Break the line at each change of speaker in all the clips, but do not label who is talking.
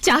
家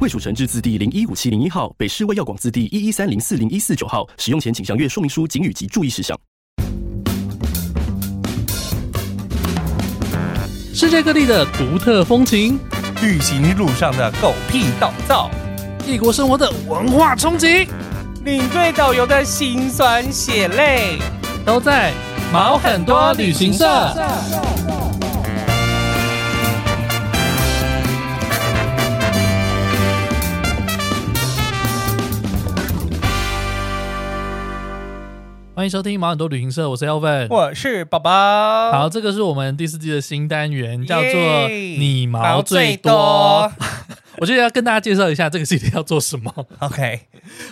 卫蜀成字字第零一五七零一号，北市卫药广字第一一三零四零一四九号。使用前请详阅说明书、警语及注意事项。
世界各地的独特风情，
旅行路上的狗屁倒灶，
异国生活的文化冲击，
领队导游的辛酸血泪，
都在毛很多旅行社。欢迎收听毛很多旅行社，我是 Elvin。
我是宝宝。
好，，这个是我们第四季的新单元，叫做“你毛
毛
最
最
多
多”
我觉得要跟大家介绍一下这个系列要做什么。
OK。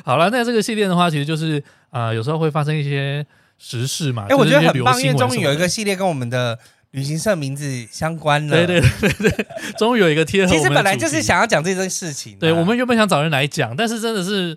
好了，那这个系列的话，其实就是啊、呃有时候会发生一些时事嘛。
哎、
就
我
是
觉
一
得
些
很
流
棒，
行
因为
文
终
什
于
么
有一
的
个系列跟我们的旅行社名字相关了。
对对对对对，终于有一个贴合。
其实本来就是，想要讲这件事情啊、
对我们原本想找人来讲，但是真的是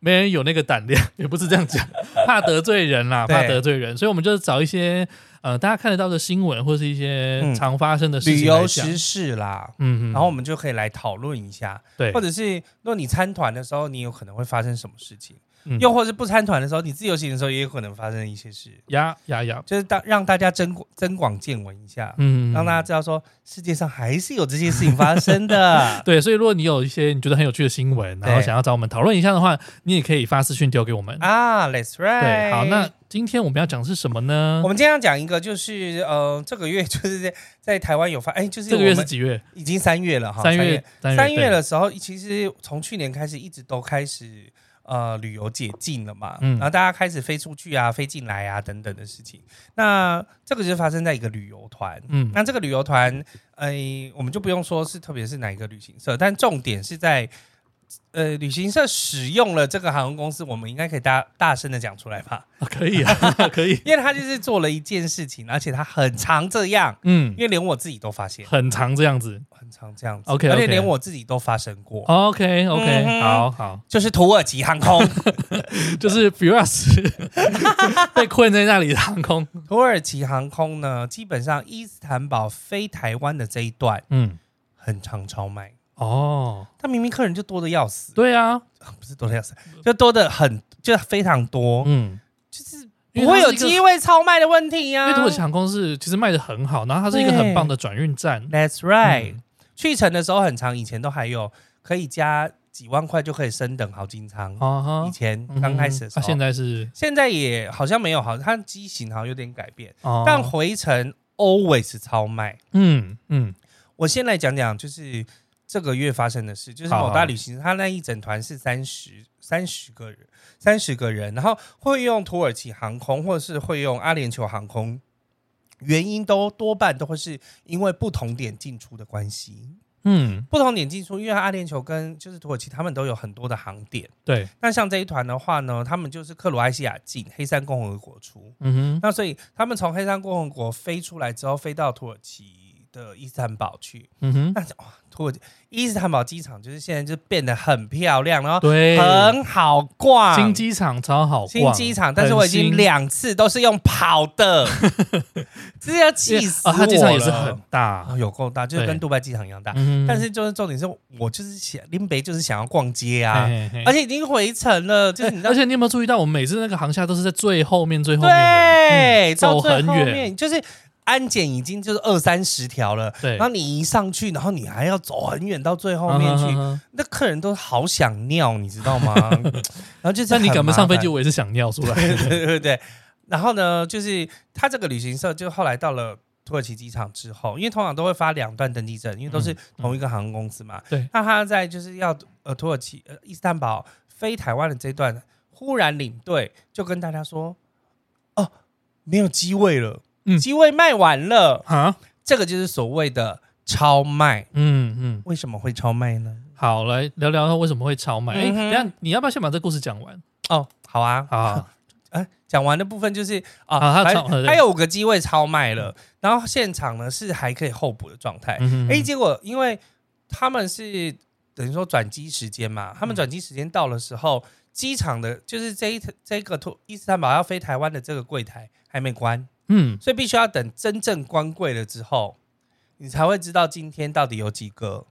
没人有那个胆量，也不是这样 讲，怕得罪人啦，怕
对
得罪人，所以我们就找一些呃大家看得到的新闻或是一些
嗯
常发生的事
旅
情来
游
讲。
时事啦，
嗯，嗯
然后我们就可以来讨论一下，
对，
或者是如果你参团的时候，你有可能会发生什么事情，
嗯
又或是不参团的时候，你自由行的时候也有可能发生一些事，
呀呀呀，
就是当让大家增广增广见闻一下，
嗯，
让大家知道说世界上还是有这些事情发生的。
对，所以如果你有一些你觉得很有趣的新闻，然后
对
想要找我们讨论一下的话，你也可以发私讯丢给我们。
啊，Let's right。
对，好，那今天我们要讲的是什么呢
我？们今天要讲一个，就是呃，这个月就是在在台湾有发，哎，就是
这个
我
月
们
是几月？
已经三月了哈，
三月，三
三月
对
的时候，其实从去年开始一直都开始呃旅游解禁了嘛，
嗯
然后大家开始飞出去啊、飞进来啊等等的事情。那这个就是发生在一个旅游团，
嗯
那这个旅游团，哎、我们就不用说是特别是哪一个旅行社，但重点是在。呃，旅行社使用了这个航空公司，我们应该可以大大声的讲出来吧，
啊可以啊， 可以，
因为他就是做了一件事情，而且他很常这样，
嗯
因，为连我自己都发现。
很长这样子。
很常这样子。
OK，OK
而且连我自己都发生过，
OK OK，
嗯哼
好 好，
就是土耳其航空，
就是 Firas 被困在那里的航空，嗯
土耳其航空呢，基本上伊斯坦堡飞台湾的这一段
嗯，
很常超卖，
哦，
但明明客人就多的要死，
对啊，
不是多的要死，就多的很，就非常多，
嗯，
就是
因为
不会
它
有
是一个
机会超卖的问题
因
呀、
为土耳其航空是其实卖的很好，然后它是一个很
对
棒的转运站，
That's right，、
嗯
去程的时候很长，以前都还有可以加几万块就可以升等好金舱，
啊哈
以，前
嗯
刚开始的时
啊
候，
现在是
现在也好像没有，好像它机型好像有点改变。
哦，
但回程 always 超卖。
嗯嗯
我先来讲讲，就是这个月发生的事，就是
好
某大旅行社，他那一整团是三十三十个人，三十个人，然后会用土耳其航空或者是会用阿联酋航空，原因都多半都会是因为不同点进出的关系。
嗯，
不同点进出，因为阿联酋跟就是土耳其，他们都有很多的航点。
对，
那像这一团的话呢，他们就是克罗埃西亚进，黑山共和国出。
嗯哼，
那所以他们从黑山共和国飞出来之后，飞到土耳其的伊斯坦堡去。
嗯哼，
那哇，土耳其伊斯坦堡机场就是现在就变得很漂亮，然后
对，
很好逛。
新机场超好逛，
新机场，但是我已
很
经
新
两次都是用跑的， 这要气死我
啊，
了。
它机场也是很大，
哦有够大，就是
对
跟杜拜机场一样大。
嗯哼，
但是就是重点是我就是想林北就是想要逛街啊，
嘿嘿嘿
而且已经回程了，就是你知道
而且你有没有注意到，我们每次那个航厦都是在最后面最后面的，嗯
对，到
走
最
很
后
远，
面就是安检已经就是二三十条了，
对
然后你一上去，然后你还要走很远到最后面
嗯哼
去，
哼哼
那客人都好想尿，你知道 吗？然后就是
但你赶不上飞机，
很麻
我也是想尿出来。
烦，对对对。然后呢，就是他这个旅行社就后来到了。土耳其机场之后，因为通常都会发两段登机证，因为都是同一个航空公司嘛。
嗯对
那他在就是要呃土耳其呃伊斯坦堡飞台湾的这一段，忽然领队就跟大家说：“哦，没有机位了，
嗯
机位卖完了。
啊，”
这个就是所谓的超卖。
嗯嗯，
为什么会超卖呢？
好，来聊聊它为什么会超卖。哎，
嗯哼
等一下你要不要先把这故事讲完？
哦，好啊，
啊，
哎， 讲完的部分就是啊，
啊他
还
超对
还有五个机位超卖了，然后现场呢是还可以候补的状态。
嗯哼
哎、结果因为他们是等于说转机时间嘛，他们
嗯
转机时间到的时候，机场的就是这一这个托伊斯坦堡要飞台湾的这个柜台还没关，
嗯，
所以必须要等真正关柜了之后，你才会知道今天到底有几个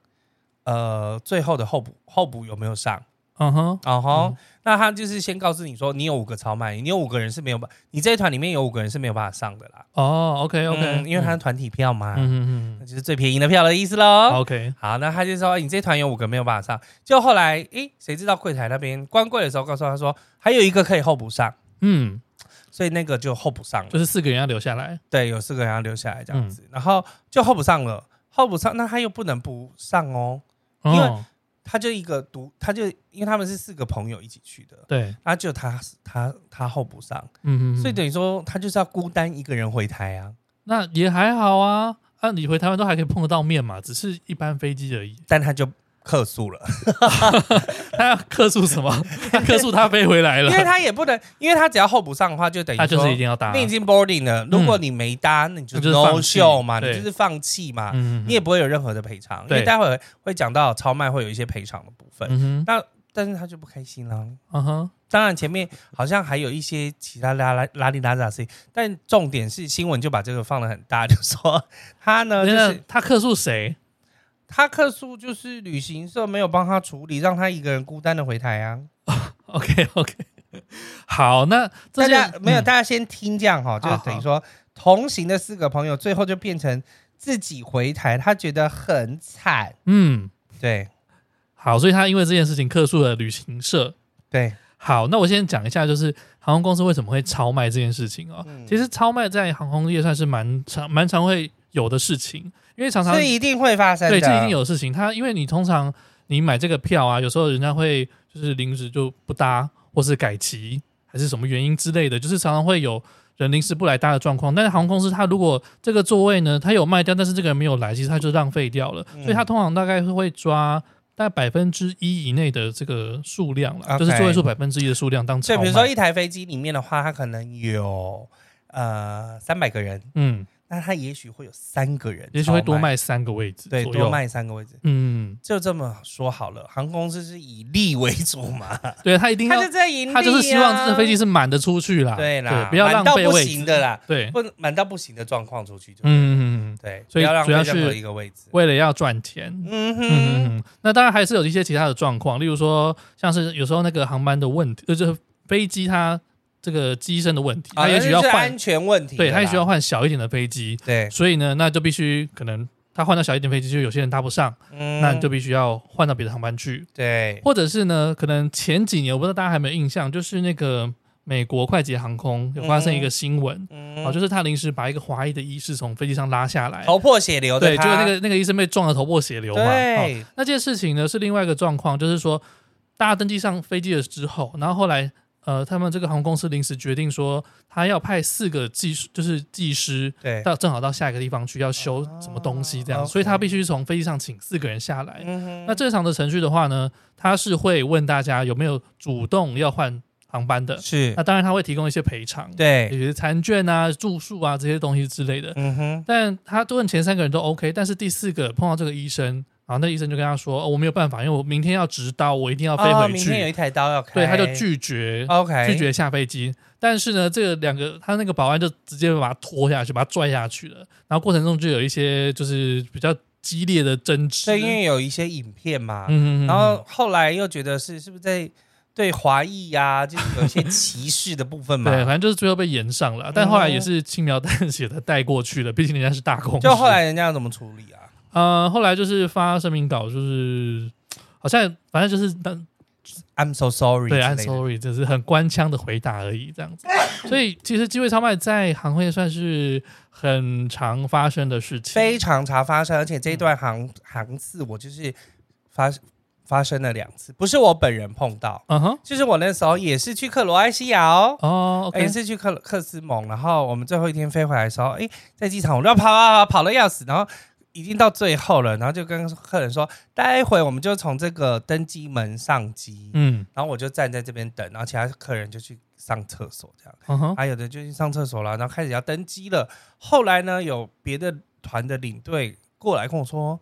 呃最后的候补候补有没有上。
嗯哼，
哦吼，
嗯
那他就是先告诉你说，你有五个超卖，你有五个人是没有办，你这一团里面有五个人是没有办法上的啦。
哦，OK OK，
嗯因为他是团体票嘛，
嗯嗯
那
嗯
就是最便宜的票的意思喽。
，OK，
好，那他就说哎你这团有五个没有办法上，就后来诶，谁知道柜台那边关柜的时候告诉他说还有一个可以候补上，
嗯，
所以那个就候补上了
就。是四个人要留下来，
对，有四个人要留下来这样子，然后就候补上了，候补上，那他又不能不上哦，因为
哦，
他就一个独，他就因为他们是四个朋友一起去的，
对，
啊，就他他他候补上。
嗯嗯，
所以
对，
等于说他就是要孤单一个人回台啊，
那也还好啊，啊，你回台湾都还可以碰得到面嘛，只是一般飞机而已。
但他就客 诉了，
他要克诉什么？他克诉他飞回来
因
了，
为他也不能，因为他只要候不上的话，就等于
他
说
就是一定要搭，嗯
你已经 boarding 了，如果你没搭，那你就
那就是放
no
弃
show 嘛，
对
你就是放弃嘛，
嗯，嗯
你也不会有任何的赔偿，因为
对
待会儿会讲到超卖会有一些赔偿的部分，
嗯哼，
但是他就不开心啦。
嗯哼，
当然，前面好像还有一些其他拉拉拉里拉杂事情，但重点是新闻就把这个放的很大， 就说他呃呢就
那
是
他克诉谁？
他客诉就是旅行社没有帮他处理，让他一个人孤单的回台啊。
OK OK，好，那这
大
件
家没有，
嗯
大家先听这样哈，就是等于说同行的四个朋友，最后就变成自己回台，他觉得很惨。
嗯，
对
好，所以他因为这件事情克诉了旅行社。
对，
好，那我先讲一下，就是航空公司为什么会超卖这件事情哦。
嗯
其实超卖在航空业算是蛮常蛮常会有的事情，因为常常
是一定会发生的。
对，这一定有事情。他因为你通常你买这个票啊，有时候人家会就是临时就不搭，或是改期，还是什么原因之类的，就是常常会有人临时不来搭的状况。但是航空公司它如果这个座位呢，它有卖掉，但是这个人没有来，其实它就浪费掉了。
嗯
所以它通常大概会抓。大概百分之一以内的这个数量啦，
OK
就是座位数百分之一的数量当
所
超卖。
以比如说一台飞机里面的话，它可能有呃三百个人，
嗯，
那他也许会有三个人，
也许会多
卖，
卖三个位置，
对，多。卖三个位置。
嗯，
就这么说好了，航空公司是以利为主嘛，
对他一定要
他，就在盈利、啊，
他就是希望这飞机是满的出去啦，
对啦，
啊不要浪
满到
费
不
位置
行。的啦，
对，
不满到不行的状况出去就，
嗯，
对，
所以
不要浪费
主要是
任何一个位置。
为了要赚钱。
嗯
嗯嗯
哼，
嗯，那当然还是有一些其他的状况，例如说像是有时候那个航班的问题，呃就是飞机它这个机身的问题，它
啊，
也许要
那就是
换
安，全问题了
对，
啦，
它也许要换小一点的飞机，
对，
所以呢，那就必须可能它换到小一点飞机，就有些人搭不上，
嗯
那你就必须要换到别的航班去，
对，
或者是呢，可能前几年我不知道大家还有没有印象，就是那个美国快捷航空有发生一个新闻，
嗯
哦，就是他临时把一个华裔的医师从飞机上拉下来，
头破血流的
对，
他，
就是那个那个医生被撞的头破血流嘛。哦、
对，
那件事情呢是另外一个状况，就是说大家登记上飞机了之后，然后后来呃，他们这个航空公司临时决定说，他要派四个技术，就是技师。
对，
到正好到下一个地方去要修什么东西这样，
哦
所以他
OK
必须从飞机上请四个人下来。
嗯哼
那正常的程序的话呢，他是会问大家有没有主动要换航班的。
是
那当然他会提供一些赔偿，，也
对，
许是餐券啊、住宿啊这些东西之类的。
嗯哼，
但他问前三个人都 OK，但是第四个碰到这个医生，然后那医生就跟他说、哦我没有办法，因为我明天要执刀，我一定要飞
哦，
回
明
去。
天有一哦台刀要开，
对，他就拒绝、
，OK，
拒绝下飞机。但是呢，这个两个他那个保安就直接把他拖下去，把他拽下去了。然后过程中就有一些就是比较激烈的争执。
对，因为有一些影片嘛，
嗯，嗯嗯
然后后来又觉得是是不是在对华裔呀，就是有一些歧视的部分嘛嗯
对，，反正就是最后被延上了，但后来也是轻描淡写的带过去了，毕竟人家是大公司。
就后来人家要怎么处理啊？
呃，后来就是发声明稿，就是好像反正就是当
I'm so sorry
对
之
，I'm
类的
sorry，只是很官腔的回答而已，这样子。
嗯
所以其实机会超卖在行业算是很常发生的事情。
非常常发生，而且这一
嗯
段行、行次我就是发发生了两次，不是我本人碰到，
嗯哼，
就是我那时候也是去克罗埃西亚哦。
哦
也
，OK，
是去克克斯蒙，然后我们最后一天飞回来的时候，哎，在机场我就跑跑跑跑跑了要死，然后已经到最后了，然后就跟客人说，待会我们就从这个登机门上机，
嗯，
然后我就站在这边等，然后其他客人就去上厕所这样。
嗯哼，
还有的就去上厕所了，然后开始要登机了。后来呢，有别的团的领队过来跟我说，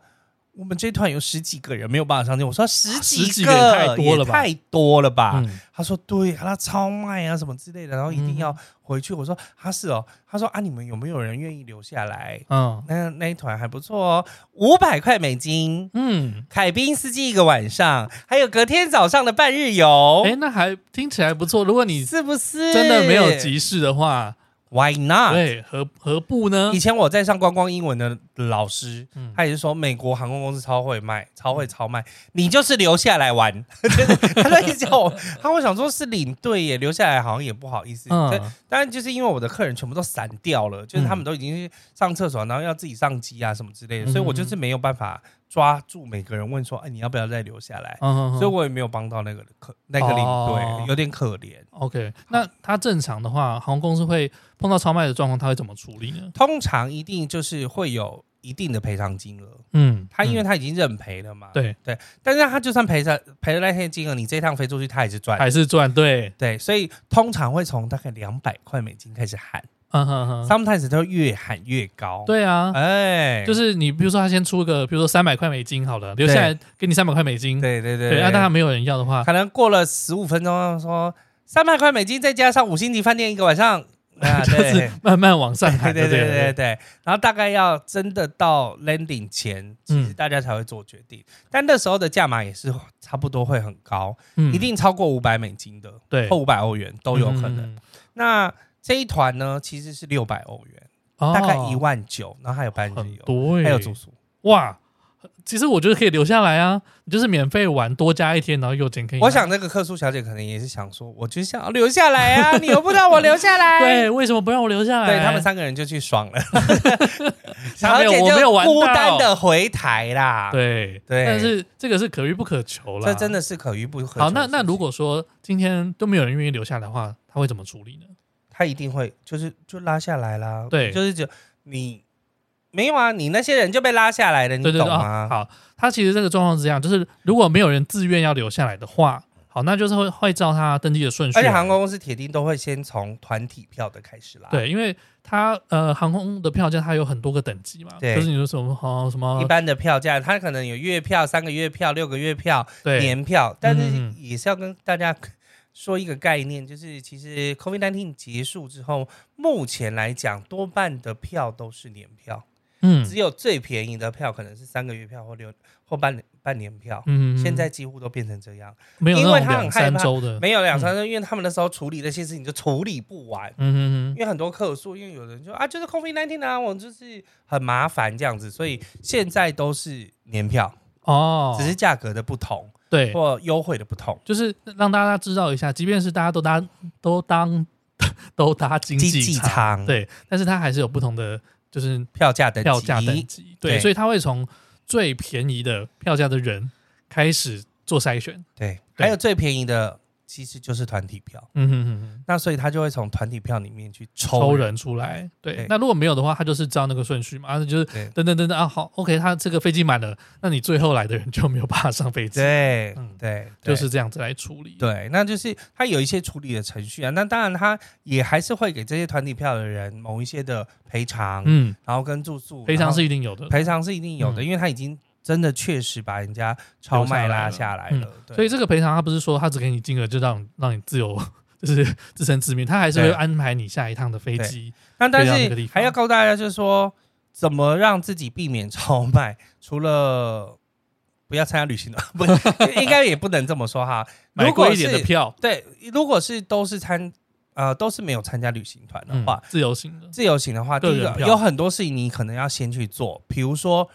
我们这一团有十几个人没有办法上机。我说十几
啊十几
个
个也太多了
也
吧
太多了吧？
嗯
他说对，他超卖啊什么之类的，然后一定要回去。我说他是哦，他说啊，你们有没有人愿意留下来？
嗯
那那一团还不错哦，五百块美金，
嗯，
凯宾斯基一个晚上，还有隔天早上的半日游，
哎，那还听起来不错。如果你
是不是
真的没有急事的话，
？Why not？
对，何何不呢
以？前我在上观光英文的老师，
嗯
他也是说美国航空公司超会卖，超会超卖，你就是留下来玩。 就是他在叫我，他会想说是领队耶，留下来好像也不好意思。但
嗯
当然就是因为我的客人全部都散掉了，就是他们都已经去上厕所，然后要自己上机啊什么之类的，
嗯
所以我就是没有办法抓住每个人问说，哎，你要不要再留下来？
嗯，
所以我也没有帮到那个客那个领
哦
队，有点可怜。
OK，那他正常的话，航空公司会碰到超卖的状况，他会怎么处理呢？
通常一定就是会有一定的赔偿金额。
嗯，
他因为
嗯
他已经认赔了嘛，
对
对，但是他就算赔偿赔了那些金额，你这趟飞出去他也是赚的，
还是赚对，
对，所以通常会从大概两百块美金开始喊、
嗯哼哼，
s o m e t i m e s 都越喊越高，，
对啊，
哎，
就是是你比如说他先出个，比如说三百块美金好了，留下来给你三百块美金，
对对对
对，那当然没有人要的话，
可能过了十五分钟说三百块美金，再加上五星级饭店一个晚上，啊，
就是
对。
慢慢往上
对
喊，
对
对
对对对
对，
对，然后大概要真的到 landing 前，其实
嗯
大家才会做决定。但那时候的价码也是差不多会很高，
嗯
一定超过五百美金的，
对
或五百欧元都有可能。
嗯
那这一团呢，其实是六百欧元，
哦
大概一万九，然后还有半日
很
游，
多耶，
还有住宿。
哇。其实我觉得可以留下来啊，你就是免费玩，多加一天，然后又捡可以拿。
我想那个客诉小姐可能也是想说，我就想要留下来 啊，你又不让我留下来。
对，为什么不让我留下来？
对他们三个人就去爽 了，
他
小
没有
姐
我没有
就
玩到
孤单的回台啦。，
对
对
但是这个是可遇不可求了，
这真的是可遇不可求的事情。
好，那那如果说今天都没有人愿意留下来的话，他会怎么处理呢？
他一定会就是就拉下来啦。
对
就是就你没有啊，你那些人就被拉下来了，你
对对
嗯懂
对，
吗
啊，？好，他其实这个状况是这样，就是如果没有人自愿要留下来的话，好，那就是会会照他登记的顺序啊
而
来，
且航空公司铁定都会先从团体票的开始拉。。
对，因为他呃航空的票价它有很多个等级嘛，
对
就是你说什么好什么
一般的票价，它可能有月票、三个月票、六个月票、
对
年票，但是
嗯
也是要跟大家说一个概念，就是其实 COVID-19 结束之后，目前来讲，多半的票都是年票，
嗯
只有最便宜的票可能是三个月票或六或半年半年票。
嗯
现在几乎都变成这样，
没有
因
那
为
种
他很
两
害
三
怕
周的，
没有两三周，因为他们那时候处理那些事情就处理不完，
嗯嗯
因为很多客诉，因为有人就啊，就是 COVID nineteen 啊，我就是很麻烦这样子，所以现在都是年票，
哦，
只是价格的不同
对，
或优惠的不同。
就是让大家知道一下，即便是大家都搭都当 都搭经
经济
济
舱
对，但是它还是有不同的就是
票价嗯等级
票价等级，对，
对
所以他会从最便宜的票价的人开始做筛选。
对，
对
还有最便宜的其实就是团体票，
嗯哼哼哼，
那所以他就会从团体票里面去抽
抽人出来。对，
对
那如果没有的话，他就是照那个顺序嘛，啊，那就是
对
等等等等啊，好，OK，他这个飞机满了，那你最后来的人就没有办法上飞 机，
对
嗯
对，
就
对
是这样子来处理。
对，那就是他有一些处理的程序啊。那当然，他也还是会给这些团体票的人某一些的赔偿，
嗯，
然后跟住宿
赔偿是
然
一定有的
后。赔偿是一定有的，
嗯
因为他已经真的确实把人家超卖拉下来
留
了，对
嗯所以这个赔偿他不是说他只给你金额就让 让你自由，就是自生自灭，他还是会
对
安排你下一趟的飞机。
那但
飞到那个地
是
方
还要告诉大家，就是说怎么让自己避免超卖，除了不要参加旅行团， 不应该也不能这么说哈。
买
如
贵
果
一点的
是
票，
对，如果是都是参呃都是没有参加旅行团的
嗯
话，，
自由行的，
自由行的话，第
个
一
人
个
票
有很多事情你可能要先去做，比如说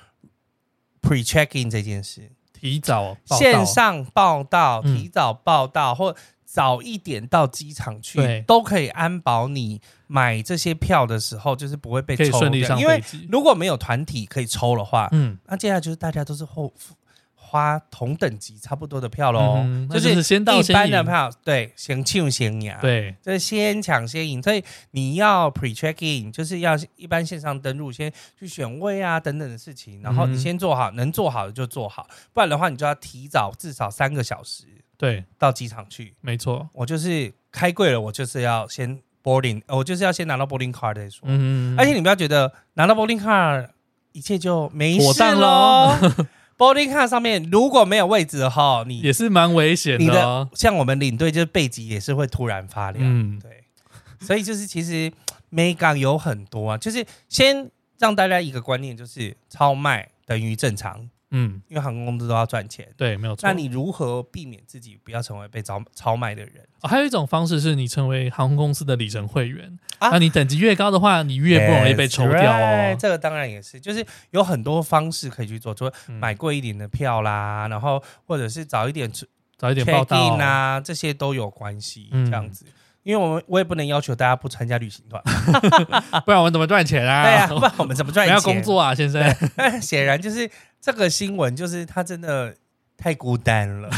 pre check in 这件事，
提早报到
线上报到、
嗯
提早报到、或早一点到机场
对
去，都可以安保你买这些票的时候就是不会被
可以
抽
顺利
掉
上
因为
飞机。
如果没有团体可以抽的话，
嗯，
那接下来就是大家都是后付花同等级差不多的票喽、
嗯哼
就
那就是先到
一
先
般的
赢
票，对，先抢先赢，，啊
嗯对，
就是先抢先赢。所以你要 pre check in，就是要一般线上登录，先去选位啊等等的事情，然后
嗯
你先做好，能做好的就做好，不然的话你就要提早至少三个小时
对，
到机场去。
没错，
我就是开柜了，我就是要先 boarding，呃我就是要先拿到 boarding card 再说。
嗯，
而且你不要觉得拿到 boarding card 一切就没
妥
事
当
喽
咯。
boarding card 上面如果没有位置的话，你
也是蛮危险
你
的
的
哦，
像我们领队就是背脊也是会突然发凉。
嗯，
对， 所以就是其实美港有很多啊，就是先让大家一个观念，就是超卖等于正常，
嗯，
因为航空公司都要赚钱。
对，没有错。
那你如何避免自己不要成为被超超卖的人？
哦还有一种方式是你成为航空公司的里程会员，
啊
那你等级越高的话，你越不容易被抽掉
That's right，
哦。
这个当然也是，就是有很多方式可以去做，除了
嗯
买贵一点的票啦，然后或者是早一点出
早一点报
check
道哦
in 啊，这些都有关系。
嗯
这样子，因为我们我也不能要求大家不参加旅行团，
不然我们怎么赚钱啊？
对 啊，不然我们怎么
我
赚
们
钱？
要工作啊，先生。
但显然就是这个新闻，就是他真的太孤 单了，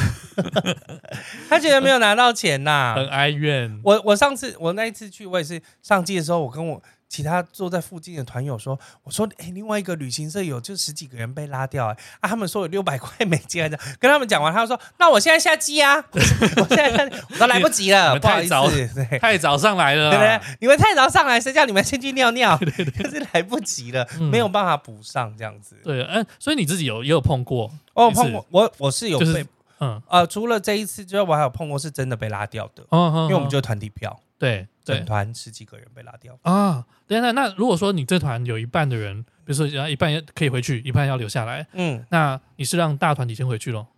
他觉得没有拿到钱呐、
很哀怨。
我我上次我那一次去，我也是上机的时候，我跟我其他坐在附近的团友说，我说，哎、另外一个旅行社有就十几个人被拉掉、诶啊，他们说有六百块美金来着，跟他们讲完，他就说，那我现在下机啊， 我现在下机我说来不及
你
了，
们
不好
太
意
早啊
思，对。
太早上来了啊
对不对
啦，？
你们太早上来，谁叫你们先去尿尿？就是来不及了，
嗯
没有办法补上这样子。
对，嗯，所以你自己有也有碰过，
哦，
也是
碰过我我是有被、
就是嗯
呃，除了这一次之外，我还有碰过是真的被拉掉的，
嗯嗯，
因为我
嗯
们就团体票，
对
整
对
团十几个人被拉掉。
啊，对那那如果说你这团有一半的人，比如说呃要一半可以回去，一半要留下来，
嗯，
那你是让大团体先回去咯。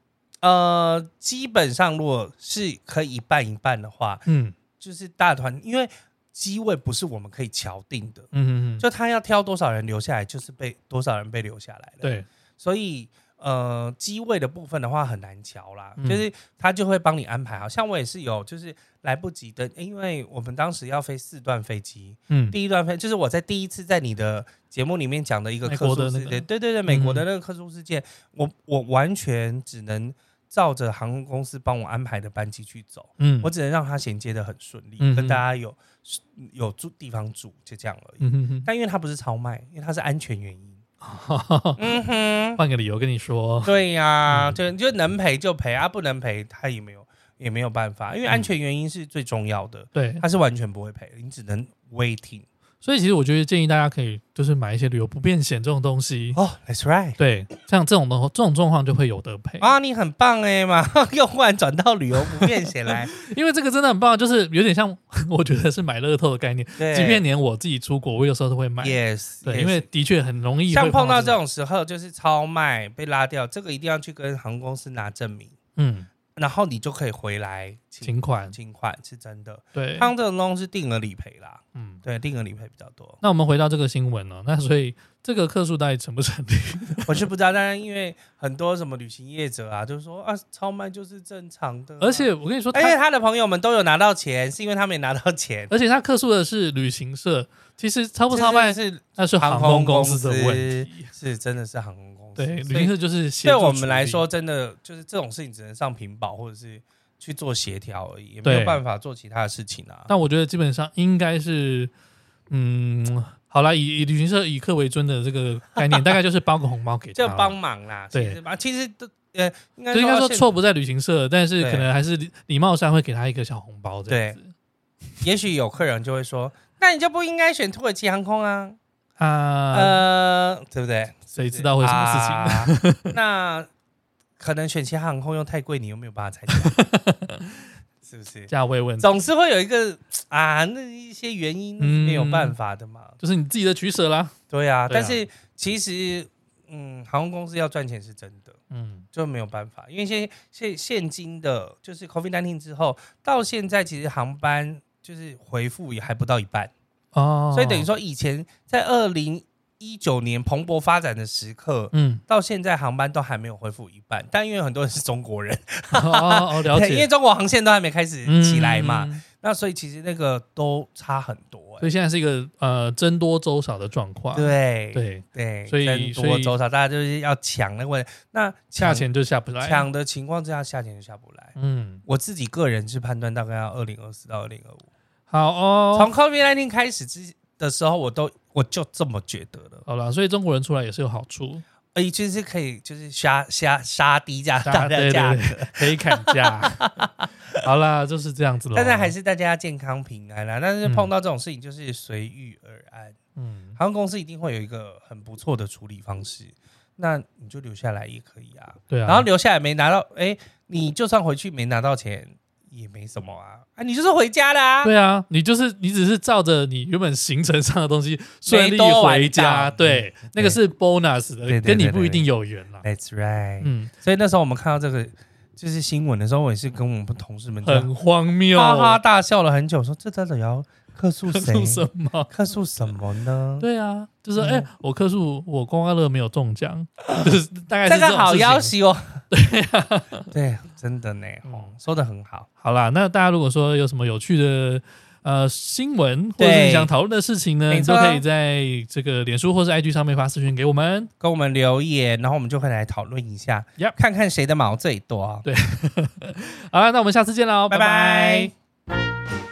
呃，基本上如果是可以一半一半的话，
嗯
就是大团，因为机位不是我们可以敲定的，
嗯嗯嗯，
就他要挑多少人留下来，就是被多少人被留下来了。，
对，
所以。呃，机位的部分的话很难瞧啦，
嗯
就是他就会帮你安排好。像我也是有，就是来不及的，因为我们当时要飞四段飞机，
嗯
第一段飞，就是我在第一次在你的节目里面讲的一个
美
特
国
殊
的
事
那个嗯
件，对对对，美国的那个特殊事件，我我完全只能照着航空公司帮我安排的班机去走，
嗯，
我只能让它衔接的很顺利，
嗯哼
跟大家有有住地方住，就这样而已。
嗯哼哼
但因为它不是超卖，因为它是安全 原因。
哈哈哈，
嗯哼，
换个理由跟你说，
对呀、
嗯
对，就能赔就赔啊，不能赔他也没有也没有办法，因为安
嗯
全原因是最重要的，
对，
它是完全不会赔的，你只能 waiting。
所以其实我觉得建议大家可以就是买一些旅游不便险这种东 西，
哦、t h a t s right。
对，像这种的这种状况就会有得赔
啊，你很棒哎，马上 又忽然转到旅游不便 险来，
因为这个真的很棒，就是有点像 我觉得是买乐透的概念，
对，
即便连我自己出国，我有时候都会买。
yes，
对，
yes
因为的确很容易
像
会
碰到
到
这
种，
种时候，就是超卖被拉掉，这个一定要去跟航空公司拿证明，
嗯，
然后你就可以回来
情款，
请款是真的。
对，
像这种东西是定额理赔啦，
嗯。。
对，定额理赔比较多
那我们回到这个新闻哦，那所以这个客数到底成不 成立？
我是不知道，但是因为很多什么旅行业者啊，就是说啊，超卖就是正常的啊、
而且我跟你说，他
而且他的朋友们都有拿到钱，是因为他们也拿到钱。
而且他客诉的是旅行社，其实超不超卖
这是
那是航空公司的问题。
是真的是航空公司，
对，旅
所
行
以
社就是协
对
助
我
处
们来
理
说，，真的就是这种事情只能上屏保或者是去做协调而已，也没有
对
办法做其他的事情啊。
但我觉得基本上应该是，嗯，好了，以以旅行社以客为尊的这个概 念，大概就是包个红包给他
就
啦，
帮忙啦，
对
其实吧，其实都呃，应该
就应该说
现
错，不在旅行社，但是
对
可能还是礼礼貌上会给他一个小红包这样子
也许有客人就会说，那你就不应该选土耳其航空啊，
啊，
呃，对不对？
谁知道会有什么事情？
情？啊 那可能选其他航空又太贵，你又没有办法参加，是 不是？
价位问题，
总是会有一个啊，那一些原因那是
嗯
没有办法的嘛。
就是你自己的取舍啦。
对啊，
对啊
但是其实，嗯，航空公司要赚钱是真的，
嗯，
就没有办法，因为现现现今的，就是 COVID 1 9之后到现在，其实航班就是回复也还不到一半，
哦，
所以等于说以前在二零。一九年蓬勃发展的时刻，
嗯，
到现在航班都还没有恢复一半，但因为很多人是中国人，
哦哦，哦了
因为
解，
中国航线都还没开始
嗯
起来嘛，
嗯嗯
那所以其实那个都差很多、
所
欸。
以现在是一个呃僧多粥少的状况。
对
对，啊
对，
所以
人
所
多
以
周少，大家就是要抢那个。那
价
抢
钱就下不来。
抢的情况之下，价钱就下不来。
嗯，
我自己个人是判断大概要二零二四到二零二五，
好哦，
从 COVID 1 9开始之的时候，我都我就这么觉得了。
好了，所以中国人出来也是有好处，
哎，就是可以就是杀杀杀低价
杀
大家的
对对
价
对
格，
可以砍 价。好啦，就是这样子了。
但是还是大家要健康平安啦。但是碰到这种事情就是随遇而安，
嗯，
航空公司一定会有一个很不错的处理方式。那你就留下来也可以啊。
对啊。
然后留下来没拿到，哎，你就算回去没拿到钱也没什么啊，啊，你就是回家啦、
对啊，你就是你只是照着你原本行程上的东西顺利
多玩
回家，
到嗯
对，那个是 bonus
对对
的，跟你
对对
不一定有缘啦。
That's right、
嗯，
所以那时候我们看到这个就是新闻的时候，我也是跟我们同事们就
很荒谬，
哈哈大笑了很久，说这真的要克诉谁？
是什么？
克诉什么呢？
对啊，就是
嗯
哎、我克数我刮刮乐没有中 奖，就是大概是
这
种
个好
事情
要挟哦。 对、啊真的呢，哦，说的很好。
好啦，那大家如果说有什么有趣的呃新闻，或者
对
是你想讨论的事情呢，
没
你都
错
可以在这个脸书或是 IG 上面发私讯给我们。
跟我们留言，然后我们就会来讨论一下
Yep
看看谁的毛最多。
好啦，那我们下次见喽，
拜
拜
拜
拜